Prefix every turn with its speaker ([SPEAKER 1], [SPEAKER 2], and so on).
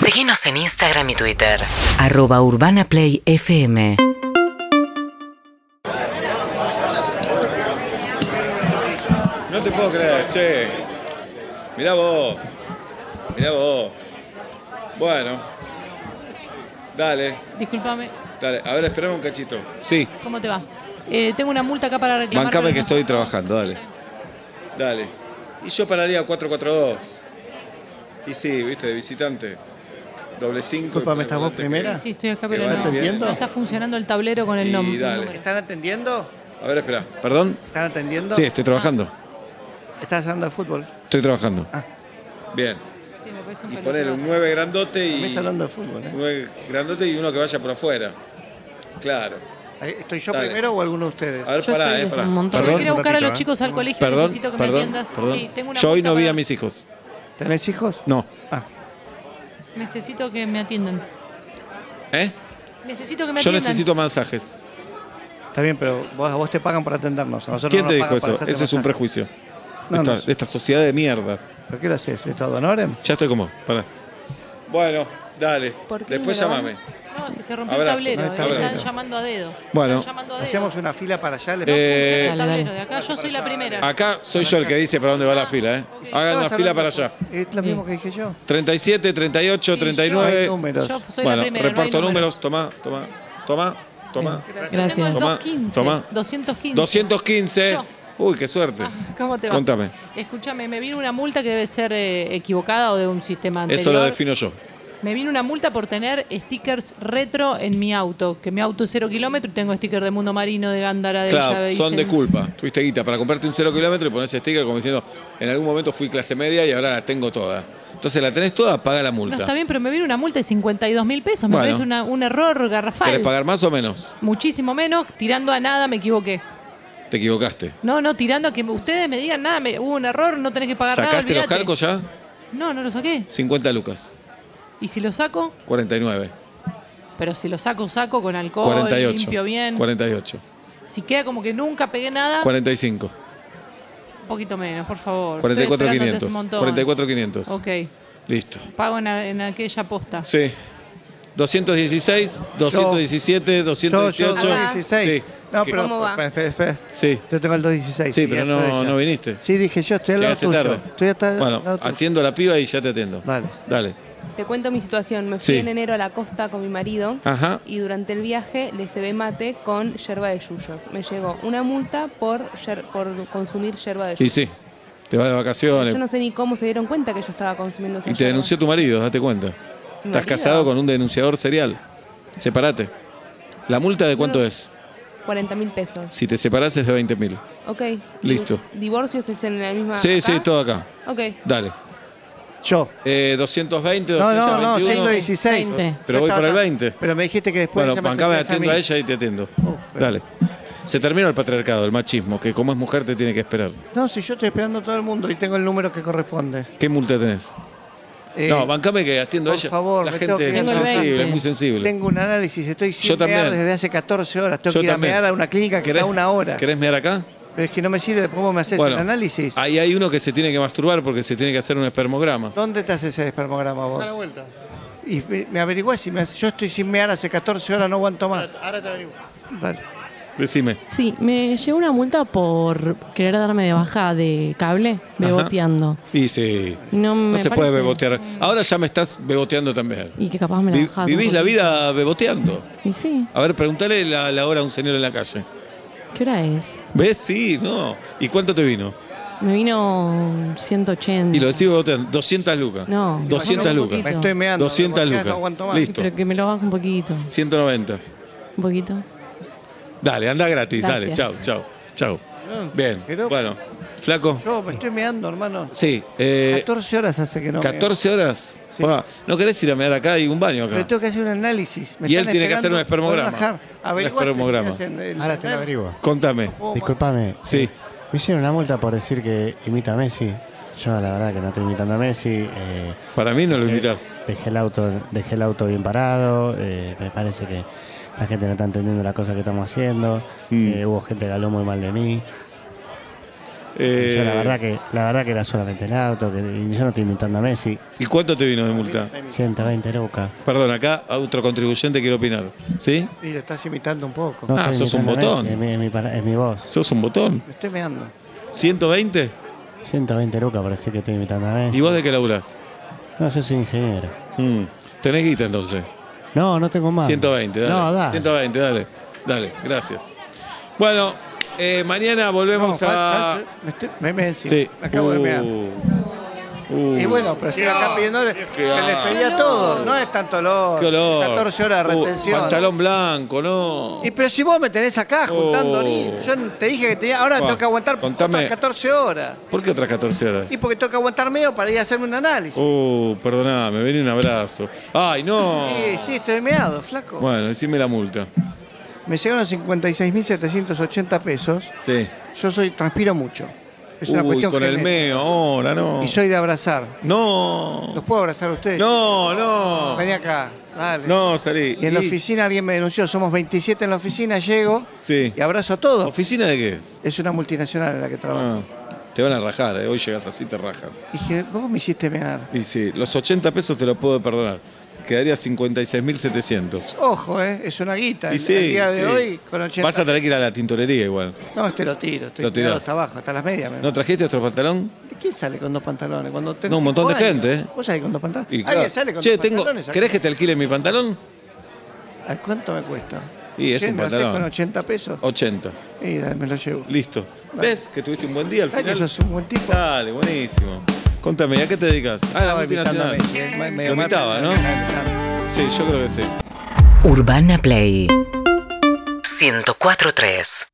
[SPEAKER 1] Seguinos en Instagram y Twitter.
[SPEAKER 2] arroba urbanaplayfm
[SPEAKER 3] No te puedo creer, che. Mirá vos. Mirá vos. Bueno. Dale,
[SPEAKER 4] Disculpame,
[SPEAKER 3] dale. A ver, esperame un cachito. Sí,
[SPEAKER 4] ¿cómo te va? Eh, tengo una multa acá para reclamar.
[SPEAKER 3] bancame
[SPEAKER 4] pero
[SPEAKER 3] que
[SPEAKER 4] no-
[SPEAKER 3] estoy trabajando, dale. Dale. Y yo pararía 442. Y sí, viste, de visitante. Doble 5.
[SPEAKER 5] Disculpame, ¿estás vos primera?
[SPEAKER 4] Sí, estoy acá,
[SPEAKER 3] ¿Te
[SPEAKER 4] pero
[SPEAKER 3] va este
[SPEAKER 4] no,
[SPEAKER 5] atendiendo?
[SPEAKER 4] no está funcionando el tablero con el
[SPEAKER 3] Y
[SPEAKER 4] nombre.
[SPEAKER 3] dale.
[SPEAKER 5] ¿Están atendiendo?
[SPEAKER 3] A ver, espera. ¿Perdón?
[SPEAKER 5] ¿Están atendiendo?
[SPEAKER 3] Sí, estoy trabajando.
[SPEAKER 5] Ah. ¿Estás hablando de fútbol?
[SPEAKER 3] Estoy trabajando.
[SPEAKER 5] Ah.
[SPEAKER 3] Bien.
[SPEAKER 4] Sí, me parece un
[SPEAKER 3] Y poner un
[SPEAKER 4] pelotudo.
[SPEAKER 3] 9 grandote
[SPEAKER 5] Me
[SPEAKER 3] y.
[SPEAKER 5] está hablando de fútbol, ¿eh?
[SPEAKER 3] Uno que- grandote y uno que vaya por afuera. Claro.
[SPEAKER 5] ¿Estoy yo
[SPEAKER 3] Dale.
[SPEAKER 5] primero o alguno de ustedes?
[SPEAKER 3] A ver,
[SPEAKER 4] Yo
[SPEAKER 3] pará,
[SPEAKER 4] estoy
[SPEAKER 3] eh,
[SPEAKER 4] desde
[SPEAKER 3] pará.
[SPEAKER 4] un montón.
[SPEAKER 3] Perdón,
[SPEAKER 4] Yo quiero buscar a
[SPEAKER 5] ratito,
[SPEAKER 4] los
[SPEAKER 5] ¿eh?
[SPEAKER 4] chicos al colegio,
[SPEAKER 3] perdón,
[SPEAKER 4] necesito que me
[SPEAKER 3] perdón,
[SPEAKER 4] atiendas.
[SPEAKER 3] perdón.
[SPEAKER 4] Sí, tengo una
[SPEAKER 3] Yo hoy
[SPEAKER 4] multa
[SPEAKER 3] no vi
[SPEAKER 4] para-
[SPEAKER 3] a mis hijos.
[SPEAKER 5] ¿Tenés hijos?
[SPEAKER 3] No.
[SPEAKER 5] Ah,
[SPEAKER 4] Necesito que me atiendan.
[SPEAKER 3] ¿Eh?
[SPEAKER 4] Necesito que me
[SPEAKER 3] Yo
[SPEAKER 4] atiendan.
[SPEAKER 3] necesito mensajes.
[SPEAKER 5] está bien, pero vos, a vos te pagan por atendernos. A nosotros
[SPEAKER 3] ¿Quién
[SPEAKER 5] no
[SPEAKER 3] te
[SPEAKER 5] nos
[SPEAKER 3] dijo
[SPEAKER 5] pagan para
[SPEAKER 3] eso?
[SPEAKER 5] hacerte
[SPEAKER 3] Eso es un
[SPEAKER 5] masaje.
[SPEAKER 3] prejuicio.
[SPEAKER 5] No,
[SPEAKER 3] esta,
[SPEAKER 5] no sé.
[SPEAKER 3] de esta sociedad de mierda.
[SPEAKER 5] ¿Pero qué lo haces? ¿Esto ad honorem?
[SPEAKER 3] Ya estoy como. Pará. Bueno, dale.
[SPEAKER 4] ¿Por qué
[SPEAKER 3] Después
[SPEAKER 4] no me lo
[SPEAKER 3] llámame.
[SPEAKER 4] dan? No, es que se rompió
[SPEAKER 3] Abrazo,
[SPEAKER 4] el tablero.
[SPEAKER 5] no
[SPEAKER 4] eh,
[SPEAKER 5] está
[SPEAKER 4] están
[SPEAKER 5] abrazo.
[SPEAKER 4] llamando a dedo.
[SPEAKER 3] Bueno.
[SPEAKER 4] Están llamando a dedo.
[SPEAKER 5] Hacíamos una fila para allá. le-
[SPEAKER 3] Eh,
[SPEAKER 4] Funciona el
[SPEAKER 2] Dale, dale.
[SPEAKER 4] tablero de acá. Yo soy la primera.
[SPEAKER 3] Acá soy yo el que dice para dónde
[SPEAKER 4] Ah,
[SPEAKER 3] va la fila, ¿eh? Hagan la
[SPEAKER 5] Estabas
[SPEAKER 3] fila
[SPEAKER 5] hablando
[SPEAKER 3] para
[SPEAKER 5] de
[SPEAKER 3] allá.
[SPEAKER 5] fútbol. Es lo
[SPEAKER 6] Mm.
[SPEAKER 5] mismo que dije yo.
[SPEAKER 3] 37, 38,
[SPEAKER 4] Sí, yo-
[SPEAKER 5] Hay
[SPEAKER 3] 39.
[SPEAKER 5] números.
[SPEAKER 4] Yo soy
[SPEAKER 3] Bueno,
[SPEAKER 4] la primera. no hay
[SPEAKER 3] reparto números. Tomá, tomá, tomá, tomá.
[SPEAKER 4] Gracias. Tengo el
[SPEAKER 3] Tomá,
[SPEAKER 4] 215.
[SPEAKER 3] tomá.
[SPEAKER 4] 215.
[SPEAKER 3] 215.
[SPEAKER 4] Yo.
[SPEAKER 3] Uy, qué suerte.
[SPEAKER 4] ¿Cómo te va?
[SPEAKER 3] Contame.
[SPEAKER 4] Escúchame, me vino una multa que debe ser eh, equivocada o de un sistema anterior.
[SPEAKER 3] Eso lo defino yo.
[SPEAKER 4] Me vino una multa por tener stickers retro en mi auto, que mi auto es cero kilómetro y tengo sticker de Mundo Marino, de Gándara, de
[SPEAKER 3] Claro,
[SPEAKER 4] Villavicencio.
[SPEAKER 3] son de culpa. Tuviste guita para comprarte un cero kilómetro y pones sticker como diciendo, en algún momento fui clase media y ahora la tengo toda. Entonces la tenés toda, paga la
[SPEAKER 4] No
[SPEAKER 3] multa.
[SPEAKER 4] está bien, pero me vino una multa de 52 mil pesos. Me
[SPEAKER 3] Bueno.
[SPEAKER 4] parece una- un error
[SPEAKER 3] ¿Querés
[SPEAKER 4] garrafal.
[SPEAKER 3] pagar más o menos?
[SPEAKER 4] Muchísimo menos, tirando a nada me equivoqué.
[SPEAKER 3] Te equivocaste.
[SPEAKER 4] No, no, tirando a que ustedes me digan nada, me- hubo un error, no tenés que pagar nada.
[SPEAKER 3] ¿Sacaste los
[SPEAKER 4] olvidate.
[SPEAKER 3] cargos ya?
[SPEAKER 4] No, no lo saqué.
[SPEAKER 3] 50 lucas.
[SPEAKER 4] ¿Y si lo saco?
[SPEAKER 3] 49.
[SPEAKER 4] Pero si lo saco, saco con alcohol,
[SPEAKER 3] 48.
[SPEAKER 4] limpio bien. Ah.
[SPEAKER 3] 48.
[SPEAKER 4] Si queda como que nunca pegué nada,
[SPEAKER 3] 45.
[SPEAKER 4] un poquito menos, por favor. Estoy
[SPEAKER 3] 44
[SPEAKER 4] esperándote
[SPEAKER 3] 500.
[SPEAKER 4] hace un montón.
[SPEAKER 3] 44 500.
[SPEAKER 4] Ok.
[SPEAKER 3] Listo.
[SPEAKER 4] Pago en, a- en aquella posta.
[SPEAKER 3] Sí. 216, 217,
[SPEAKER 5] Yo,
[SPEAKER 3] 218.
[SPEAKER 5] yo, 216.
[SPEAKER 3] Sí,
[SPEAKER 5] No,
[SPEAKER 3] ¿Qué?
[SPEAKER 5] pero.
[SPEAKER 6] Ah, ¿Cómo va?
[SPEAKER 5] espera, espera, espera.
[SPEAKER 3] sí.
[SPEAKER 5] Yo tengo el 216.
[SPEAKER 3] Sí,
[SPEAKER 5] y
[SPEAKER 3] pero
[SPEAKER 5] esto de
[SPEAKER 3] no,
[SPEAKER 5] ella.
[SPEAKER 3] no viniste.
[SPEAKER 5] Sí, dije yo, estoy al lado
[SPEAKER 3] Llegaste
[SPEAKER 5] tuyo.
[SPEAKER 3] tarde.
[SPEAKER 5] Estoy hasta al
[SPEAKER 3] Bueno,
[SPEAKER 5] lado tuyo.
[SPEAKER 3] atiendo a la piba y ya te atiendo.
[SPEAKER 5] Dale.
[SPEAKER 3] Dale.
[SPEAKER 6] Te cuento mi situación. Me
[SPEAKER 3] Sí. Ah.
[SPEAKER 6] fui en enero a la costa con mi marido
[SPEAKER 3] Ajá.
[SPEAKER 6] y durante el viaje le cebé mate con yerba de yuyos. Me llegó una multa por, yer- por consumir yerba de
[SPEAKER 3] Y
[SPEAKER 6] yuyos.
[SPEAKER 3] sí, te vas de vacaciones.
[SPEAKER 6] Yo no sé ni cómo se dieron cuenta que yo estaba consumiendo esa
[SPEAKER 3] y te
[SPEAKER 6] yerba.
[SPEAKER 3] denunció tu marido, date cuenta. Estás
[SPEAKER 6] marido?
[SPEAKER 3] casado con un denunciador serial. Separate. ¿La multa de cuánto
[SPEAKER 6] No.
[SPEAKER 3] es?
[SPEAKER 6] 40 mil pesos.
[SPEAKER 3] Si te separás es de 20 mil.
[SPEAKER 6] Ok.
[SPEAKER 3] Listo.
[SPEAKER 6] Div- ¿Divorcios es en la misma
[SPEAKER 3] Sí,
[SPEAKER 6] acá?
[SPEAKER 3] sí, todo acá.
[SPEAKER 6] Ok.
[SPEAKER 3] Dale.
[SPEAKER 5] Yo.
[SPEAKER 3] Eh, 220,
[SPEAKER 5] No, no, no,
[SPEAKER 3] 221.
[SPEAKER 5] 116.
[SPEAKER 4] 20.
[SPEAKER 3] Pero
[SPEAKER 5] Yo
[SPEAKER 3] voy
[SPEAKER 5] estaba
[SPEAKER 3] por el
[SPEAKER 5] tan-
[SPEAKER 3] 20.
[SPEAKER 5] Pero me dijiste que después.
[SPEAKER 3] Bueno,
[SPEAKER 5] ya me
[SPEAKER 3] bancame,
[SPEAKER 5] atendías
[SPEAKER 3] atiendo
[SPEAKER 5] mí.
[SPEAKER 3] a ella y te atiendo.
[SPEAKER 5] Oh, pero-
[SPEAKER 3] Dale. Se termina el patriarcado, el machismo, que como es mujer te tiene que esperar.
[SPEAKER 5] No, si yo estoy esperando a todo el mundo y tengo el número que corresponde.
[SPEAKER 3] ¿Qué multa tenés?
[SPEAKER 5] Eh,
[SPEAKER 3] no, bancame que atiendo a
[SPEAKER 5] por
[SPEAKER 3] ella.
[SPEAKER 5] favor,
[SPEAKER 3] la
[SPEAKER 5] me tengo
[SPEAKER 3] gente es
[SPEAKER 5] que-
[SPEAKER 3] muy
[SPEAKER 4] Tengo el
[SPEAKER 3] sensible,
[SPEAKER 4] 20.
[SPEAKER 3] es muy sensible.
[SPEAKER 5] Tengo un análisis, estoy sin
[SPEAKER 3] Yo también.
[SPEAKER 5] mear desde hace 14 horas. Tengo
[SPEAKER 3] Yo
[SPEAKER 5] que ir
[SPEAKER 3] también.
[SPEAKER 5] a mear a una clínica que
[SPEAKER 3] ¿Querés-
[SPEAKER 5] está a una hora.
[SPEAKER 3] ¿Querés mirar acá?
[SPEAKER 5] Pero es que no me sirve, ¿cómo me haces
[SPEAKER 3] Bueno,
[SPEAKER 5] el análisis?
[SPEAKER 3] Ahí hay uno que se tiene que masturbar porque se tiene que hacer un espermograma.
[SPEAKER 5] ¿Dónde te haces ese espermograma vos?
[SPEAKER 7] vuelta.
[SPEAKER 5] Y me, me averiguás si me haces- yo estoy sin mear hace 14 horas, no aguanto más.
[SPEAKER 7] Ahora te averiguo.
[SPEAKER 5] Dale.
[SPEAKER 3] Decime.
[SPEAKER 8] Sí, me llegó una multa por querer darme de baja de cable beboteando.
[SPEAKER 3] Y sí.
[SPEAKER 8] Y no
[SPEAKER 3] No
[SPEAKER 8] Mm, me
[SPEAKER 3] se puede
[SPEAKER 8] parece-
[SPEAKER 3] bebotear. Ahora ya me estás beboteando también.
[SPEAKER 8] Y que capaz me la
[SPEAKER 3] Vi-
[SPEAKER 8] bajas. un
[SPEAKER 3] vivís la
[SPEAKER 8] poquito.
[SPEAKER 3] vida beboteando.
[SPEAKER 8] Y sí,
[SPEAKER 3] A ver, pregúntale la, la hora a un señor en la calle.
[SPEAKER 8] ¿qué hora es?
[SPEAKER 3] ¿Ves? Sí, no. ¿Y cuánto te vino?
[SPEAKER 8] Me vino 180.
[SPEAKER 3] Y lo decís beboteando. 200 lucas.
[SPEAKER 8] No,
[SPEAKER 3] 200
[SPEAKER 8] un
[SPEAKER 3] lucas.
[SPEAKER 5] Me
[SPEAKER 8] poquito.
[SPEAKER 5] estoy meando.
[SPEAKER 3] 200
[SPEAKER 5] me bloqueás,
[SPEAKER 3] lucas.
[SPEAKER 5] No aguanto más.
[SPEAKER 3] Listo.
[SPEAKER 8] Pero que me lo baje un poquito.
[SPEAKER 3] 190.
[SPEAKER 8] Un poquito.
[SPEAKER 3] Dale, anda gratis. Dale, chao,
[SPEAKER 8] Gracias.
[SPEAKER 3] chao, chao. Bien.
[SPEAKER 5] Pero-
[SPEAKER 3] Bueno, flaco.
[SPEAKER 5] Yo me estoy meando, hermano.
[SPEAKER 3] Sí. eh,
[SPEAKER 5] 14 horas hace que no. meo.
[SPEAKER 3] 14 horas.
[SPEAKER 5] Sí.
[SPEAKER 3] Pa, ¿No querés ir a mirar acá? Hay un baño acá.
[SPEAKER 5] Pero tengo que hacer un análisis. Me
[SPEAKER 3] Y él
[SPEAKER 5] están
[SPEAKER 3] tiene que hacer un
[SPEAKER 5] esperando. Voy a
[SPEAKER 3] espermograma.
[SPEAKER 5] bajar.
[SPEAKER 3] Un
[SPEAKER 5] Averiguaste si
[SPEAKER 3] espermograma.
[SPEAKER 5] hacen el
[SPEAKER 7] Ahora te lo
[SPEAKER 5] análisis.
[SPEAKER 7] averiguo.
[SPEAKER 3] Contame.
[SPEAKER 5] Oh,
[SPEAKER 7] Disculpame.
[SPEAKER 3] Sí.
[SPEAKER 7] eh, Me hicieron una multa por decir que imita a Messi. Yo la verdad que no estoy imitando a Messi. eh,
[SPEAKER 3] Para mí no lo invitás.
[SPEAKER 7] dejé, el auto, dejé el auto bien parado. eh, me parece que la gente no está entendiendo la cosa que estamos haciendo.
[SPEAKER 3] Mm.
[SPEAKER 7] eh, hubo gente que habló muy mal de mí. Y Yo
[SPEAKER 3] Eh,
[SPEAKER 7] la verdad que la verdad que era solamente el auto, que y yo no estoy imitando a Messi.
[SPEAKER 3] ¿Y cuánto te vino de multa?
[SPEAKER 7] 120 lucas.
[SPEAKER 3] Perdón, acá otro contribuyente quiere opinar. ¿Sí?
[SPEAKER 5] Y lo estás imitando un poco.
[SPEAKER 7] No
[SPEAKER 3] Ah,
[SPEAKER 7] estoy
[SPEAKER 3] sos un
[SPEAKER 7] imitando a
[SPEAKER 3] botón.
[SPEAKER 7] Messi, Es mi, es mi pala- es mi voz.
[SPEAKER 3] Sos un botón.
[SPEAKER 5] Lo estoy meando.
[SPEAKER 3] ¿120?
[SPEAKER 7] 120 lucas para decir que estoy imitando a Messi.
[SPEAKER 3] ¿Y vos de qué laburás?
[SPEAKER 7] No, yo soy ingeniero.
[SPEAKER 3] Mm. Tenés guita entonces.
[SPEAKER 7] No, no tengo más.
[SPEAKER 3] 120, dale.
[SPEAKER 7] No, da.
[SPEAKER 3] 120, dale. Dale, gracias. Bueno, eh, mañana volvemos
[SPEAKER 5] No,
[SPEAKER 3] a.
[SPEAKER 5] fa- ya- me, estoy- me- me- sí,
[SPEAKER 3] Sí.
[SPEAKER 5] me acabo de
[SPEAKER 3] Uh.
[SPEAKER 5] mear.
[SPEAKER 3] Uh.
[SPEAKER 5] Y bueno, pero estoy acá pidiéndole que les pedía todo. No es tanto olor.
[SPEAKER 3] Qué olor.
[SPEAKER 5] 14 horas de
[SPEAKER 3] Uh,
[SPEAKER 5] retención.
[SPEAKER 3] pantalón blanco, no.
[SPEAKER 5] Y pero si vos me tenés acá juntando
[SPEAKER 3] Oh.
[SPEAKER 5] ni- Yo te dije que tenía. Ahora
[SPEAKER 3] Bueno,
[SPEAKER 5] tengo que aguantar
[SPEAKER 3] contame.
[SPEAKER 5] otras 14 horas.
[SPEAKER 3] ¿Por qué otras 14 horas?
[SPEAKER 5] Y porque tengo que aguantar medio para ir a hacerme un análisis.
[SPEAKER 3] Uh, perdoname, vení un abrazo. ¡Ay, no!
[SPEAKER 5] Sí, sí, estoy meado, flaco.
[SPEAKER 3] Bueno, decime la multa.
[SPEAKER 5] Me llegaron 56.780 pesos.
[SPEAKER 3] Sí.
[SPEAKER 5] Yo soy, transpiro mucho. Es una
[SPEAKER 3] Uy,
[SPEAKER 5] cuestión
[SPEAKER 3] con el
[SPEAKER 5] genética.
[SPEAKER 3] meo, ahora no.
[SPEAKER 5] Y soy de abrazar. ¿Los
[SPEAKER 3] No.
[SPEAKER 5] puedo abrazar a ustedes?
[SPEAKER 3] No, no.
[SPEAKER 5] Vení acá, dale.
[SPEAKER 3] No, salí.
[SPEAKER 5] Y en la oficina alguien me denunció, somos 27 en la oficina, llego
[SPEAKER 3] Sí.
[SPEAKER 5] y abrazo a todos.
[SPEAKER 3] ¿Oficina de qué?
[SPEAKER 5] Es una multinacional en la que trabajo.
[SPEAKER 3] Ah, te van a rajar, eh, hoy llegas así, te rajan.
[SPEAKER 5] Y dije, vos me hiciste mear.
[SPEAKER 3] Y sí, los 80 pesos te los puedo perdonar. Quedaría 56.700.
[SPEAKER 5] Ojo, eh, es una guita.
[SPEAKER 3] Y
[SPEAKER 5] El-
[SPEAKER 3] sí,
[SPEAKER 5] el día de
[SPEAKER 3] sí.
[SPEAKER 5] hoy, con 80.
[SPEAKER 3] Vas a tener que ir a la tintorería igual.
[SPEAKER 5] No, este lo tiro, estoy
[SPEAKER 3] Lo tirás.
[SPEAKER 5] tirado hasta abajo, hasta las medias. me-
[SPEAKER 3] ¿No trajiste otro pantalón?
[SPEAKER 5] ¿De quién sale con dos pantalones? Cuando tenés
[SPEAKER 3] No, un montón
[SPEAKER 5] cinco
[SPEAKER 3] de
[SPEAKER 5] años.
[SPEAKER 3] gente, eh.
[SPEAKER 5] ¿Vos salís con dos pantalones?
[SPEAKER 3] Y claro,
[SPEAKER 5] ¿Alguien sale con
[SPEAKER 3] che,
[SPEAKER 5] dos
[SPEAKER 3] tengo,
[SPEAKER 5] pantalones? acá?
[SPEAKER 3] ¿querés que te alquile mi pantalón?
[SPEAKER 5] ¿A cuánto me cuesta?
[SPEAKER 3] Y es
[SPEAKER 5] Che,
[SPEAKER 3] un
[SPEAKER 5] ¿me lo hacés
[SPEAKER 3] pantalón.
[SPEAKER 5] con 80 pesos?
[SPEAKER 3] 80.
[SPEAKER 5] Y dale, me lo llevo.
[SPEAKER 3] Listo.
[SPEAKER 5] Dale.
[SPEAKER 3] ¿Ves que tuviste un buen día al
[SPEAKER 5] Ay, que
[SPEAKER 3] final? Ah,
[SPEAKER 5] sos un buen tipo.
[SPEAKER 3] Dale, buenísimo. Contame, ¿a qué te dedicas? Ah, la
[SPEAKER 5] Estaba imitando a
[SPEAKER 3] multinacional.
[SPEAKER 5] Messi, eh, me- me-
[SPEAKER 3] Lo
[SPEAKER 5] me-
[SPEAKER 3] imitaba, ¿no?
[SPEAKER 5] me- me-
[SPEAKER 3] Sí, yo creo que sí.
[SPEAKER 2] Urbana Play
[SPEAKER 1] 104.3